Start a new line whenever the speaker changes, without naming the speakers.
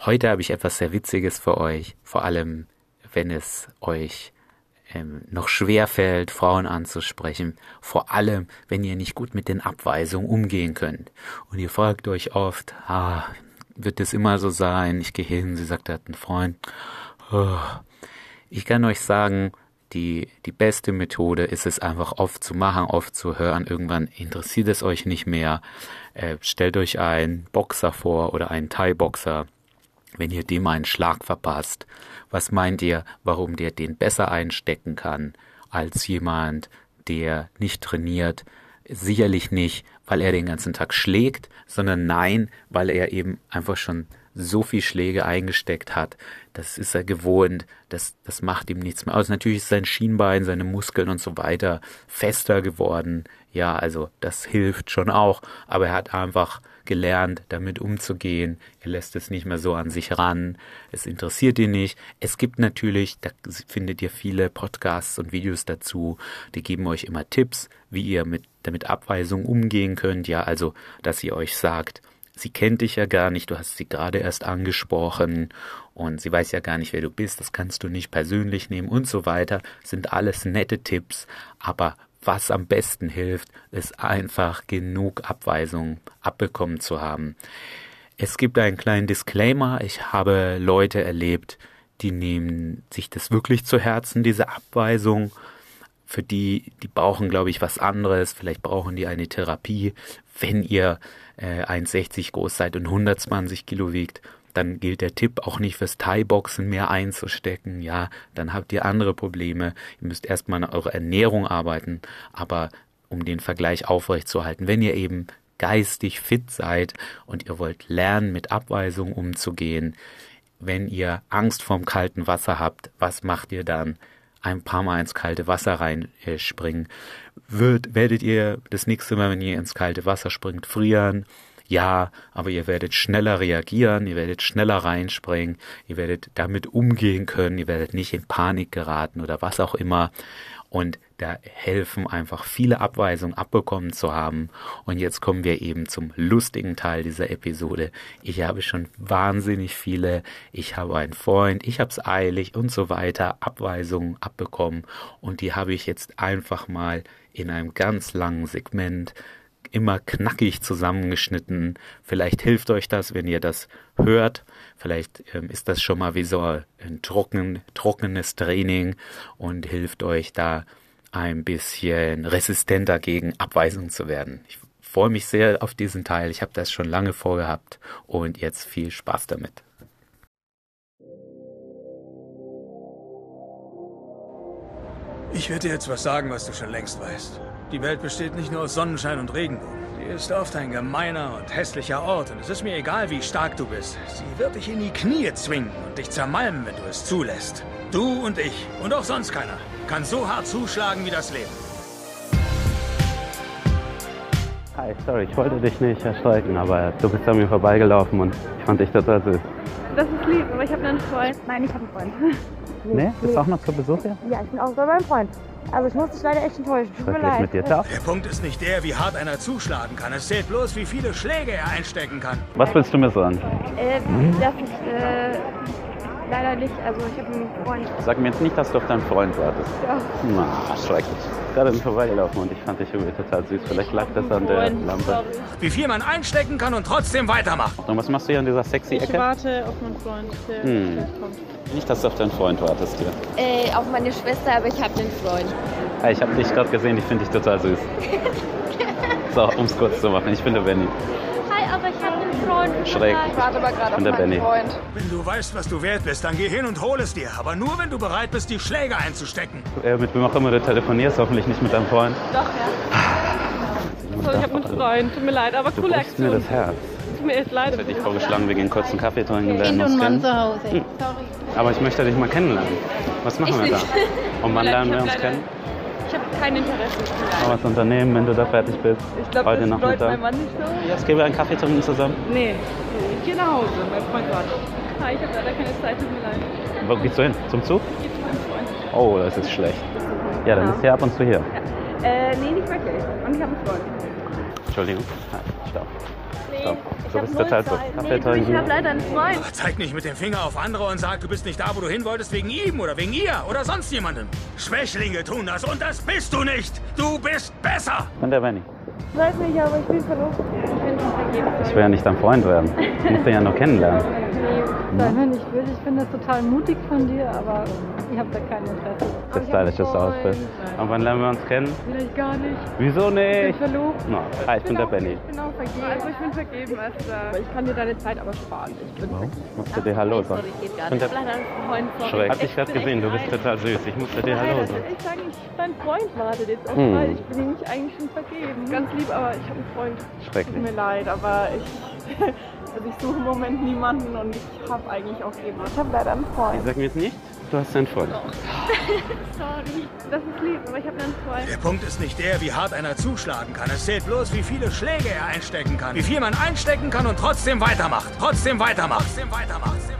Heute habe ich etwas sehr Witziges für euch, vor allem wenn es euch ähm, noch schwer fällt, Frauen anzusprechen, vor allem wenn ihr nicht gut mit den Abweisungen umgehen könnt. Und ihr fragt euch oft, ah, wird es immer so sein? Ich gehe hin, sie sagt, er hat einen Freund. Oh. Ich kann euch sagen, die, die beste Methode ist es einfach oft zu machen, oft zu hören. Irgendwann interessiert es euch nicht mehr. Äh, stellt euch einen Boxer vor oder einen Thai-Boxer. Wenn ihr dem einen Schlag verpasst, was meint ihr, warum der den besser einstecken kann als jemand, der nicht trainiert? Sicherlich nicht, weil er den ganzen Tag schlägt, sondern nein, weil er eben einfach schon so viel Schläge eingesteckt hat. Das ist er gewohnt. Das, das macht ihm nichts mehr aus. Natürlich ist sein Schienbein, seine Muskeln und so weiter fester geworden. Ja, also das hilft schon auch. Aber er hat einfach gelernt, damit umzugehen. Er lässt es nicht mehr so an sich ran. Es interessiert ihn nicht. Es gibt natürlich, da findet ihr viele Podcasts und Videos dazu. Die geben euch immer Tipps, wie ihr mit, damit Abweisung umgehen könnt. Ja, also, dass ihr euch sagt, sie kennt dich ja gar nicht, du hast sie gerade erst angesprochen und sie weiß ja gar nicht, wer du bist, das kannst du nicht persönlich nehmen und so weiter, sind alles nette Tipps, aber was am besten hilft, ist einfach genug Abweisungen abbekommen zu haben. Es gibt einen kleinen Disclaimer, ich habe Leute erlebt, die nehmen sich das wirklich zu Herzen, diese Abweisung, für die, die brauchen, glaube ich, was anderes. Vielleicht brauchen die eine Therapie. Wenn ihr äh, 1,60 groß seid und 120 Kilo wiegt, dann gilt der Tipp auch nicht fürs Thai-Boxen mehr einzustecken. Ja, dann habt ihr andere Probleme. Ihr müsst erstmal an eurer Ernährung arbeiten. Aber um den Vergleich aufrechtzuerhalten, wenn ihr eben geistig fit seid und ihr wollt lernen, mit Abweisungen umzugehen, wenn ihr Angst vorm kalten Wasser habt, was macht ihr dann? ein paar Mal ins kalte Wasser reinspringen. Wird, werdet ihr das nächste Mal, wenn ihr ins kalte Wasser springt, frieren? Ja, aber ihr werdet schneller reagieren, ihr werdet schneller reinspringen, ihr werdet damit umgehen können, ihr werdet nicht in Panik geraten oder was auch immer. Und da helfen einfach viele Abweisungen abbekommen zu haben. Und jetzt kommen wir eben zum lustigen Teil dieser Episode. Ich habe schon wahnsinnig viele, ich habe einen Freund, ich habe es eilig und so weiter, Abweisungen abbekommen. Und die habe ich jetzt einfach mal in einem ganz langen Segment immer knackig zusammengeschnitten. Vielleicht hilft euch das, wenn ihr das hört. Vielleicht ähm, ist das schon mal wie so ein trocken, trockenes Training und hilft euch da ein bisschen resistenter gegen Abweisung zu werden. Ich freue mich sehr auf diesen Teil. Ich habe das schon lange vorgehabt und jetzt viel Spaß damit.
Ich werde dir jetzt was sagen, was du schon längst weißt. Die Welt besteht nicht nur aus Sonnenschein und Regenbogen. Sie ist oft ein gemeiner und hässlicher Ort und es ist mir egal, wie stark du bist. Sie wird dich in die Knie zwingen und dich zermalmen, wenn du es zulässt. Du und ich und auch sonst keiner kann so hart zuschlagen wie das Leben.
Hi, sorry, ich wollte dich nicht erschrecken, aber du bist an mir vorbeigelaufen und ich fand dich total süß.
Das ist lieb, aber ich habe einen Freund. Nein, ich habe einen Freund.
Nee, bist du auch noch zu Besuch hier?
Ja, ich bin auch bei meinem Freund. Also ich muss dich leider echt enttäuschen. Tut mir
Wirklich
leid.
mit dir da?
Der Punkt ist nicht der, wie hart einer zuschlagen kann. Es zählt bloß, wie viele Schläge er einstecken kann.
Was willst du mir sagen?
Äh, dass ich äh, leider nicht, also ich habe einen Freund.
Sag mir jetzt nicht, dass du auf deinen Freund wartest.
Ja.
Na, schrecklich. Gerade bin vorbeigelaufen und ich fand dich irgendwie total süß. Vielleicht lag das an der
Freund,
Lampe.
sorry.
Wie viel man einstecken kann und trotzdem weitermacht.
Und was machst du hier an dieser sexy
Ich
Ecke?
warte auf meinen Freund, der
Hm.
gleich kommt.
Nicht, dass du auf deinen Freund wartest hier.
Äh, auf meine Schwester, aber ich habe den Freund.
Hey, ich habe dich gerade gesehen, ich finde dich total süß. So, um es kurz zu machen, ich bin der Benny.
Hi, aber ich habe den Freund.
Schräg.
Warte mal gerade
Ich bin der Benny.
Wenn du weißt, was du wert bist, dann geh hin und hol es dir. Aber nur, wenn du bereit bist, die Schläge einzustecken.
Äh, mit wem auch immer du telefonierst, hoffentlich nicht mit deinem Freund.
Doch, ja. Sorry, ich habe einen Freund. Tut mir leid, aber
also. Du
coole
brichst mir
Aktion.
das Herz.
Tut mir echt
Ich
leid.
hätte dich vorgeschlagen, wir gehen kurz einen Kaffee trinken, lernen
bin
uns
nun Mann
kennen. Hm.
zu Hause. Sorry.
Aber ich möchte dich mal kennenlernen. Was machen wir da? Und wann
Ich
lernen wir
hab
uns
leider-
kennen?
Ich habe kein Interesse. Tut mir
Mal
leid.
was unternehmen, wenn du da fertig bist.
Ich glaube,
Heute
das freut mein
Nachmittag.
Mann nicht so.
Jetzt gehen wir einen Kaffee trinken zusammen.
Nee, nee, ich gehe nach Hause. Mein Freund wartet. Hi, ich habe leider keine Zeit. Tut mir leid.
Wo gehst du hin? Zum Zug?
Ich gehe zu meinem Freund.
Oh, das ist schlecht. Ja, dann ist hier ab und zu hier.
Äh, nee, nicht wirklich. Und ich habe einen Freund.
Entschuldigung. Ah, Stopp.
Nee,
Stopp. Du bist total
Ich habe
verzetteln.
leider einen Freund.
Zeig nicht mit dem Finger auf andere und sag, du bist nicht da, wo du hin wolltest, wegen ihm oder wegen ihr oder sonst jemandem. Schwächlinge tun das und das bist du nicht. Du bist besser.
Und der Benny.
Ich weiß nicht, aber ich bin verlobt.
Ich bin schon vergeben.
Ich will ja nicht dein Freund werden. Ich muss den ja noch kennenlernen.
Sei mir nicht wild, ich finde das total mutig von dir, aber ich habe da kein Interesse.
Das stylische Outfit. Und wann lernen wir uns kennen?
Vielleicht gar nicht.
Wieso
Ich bin
nicht?
verlobt.
No. Hi, ich bin der Benny.
Ich bin auch vergeben.
Also ich bin vergeben, als äh, ich kann dir deine Zeit aber sparen. Ich bin vergeben.
Musste dir Hallo sagen.
Sorry, geht gar
Und
nicht.
der-
Ah,
Ich hab leider einen Freund, sorry.
Schreck. Hab
Ich
dich gerade
bin
gesehen,
echt
du bist
alt.
total süß. Ich musste dir Hallo
Leider,
sagen.
also ich sage, ich dein Freund wartet jetzt auf
Hm.
weil ich bin nämlich eigentlich schon vergeben. Ganz lieb, aber ich habe einen Freund. Tut mir
Schrecklich.
leid, aber ich, also ich suche im Moment niemanden und ich habe eigentlich auch jemanden.
Ich habe leider einen Freund.
Ich sag mir jetzt nicht, du hast einen Freund.
Sorry. Das ist lieb, aber ich habe einen Freund.
Der Punkt ist nicht der, wie hart einer zuschlagen kann. Es zählt bloß, wie viele Schläge er einstecken kann. Wie viel man einstecken kann und trotzdem weitermacht. Trotzdem weitermacht. Trotzdem weitermacht. Trotzdem weitermacht.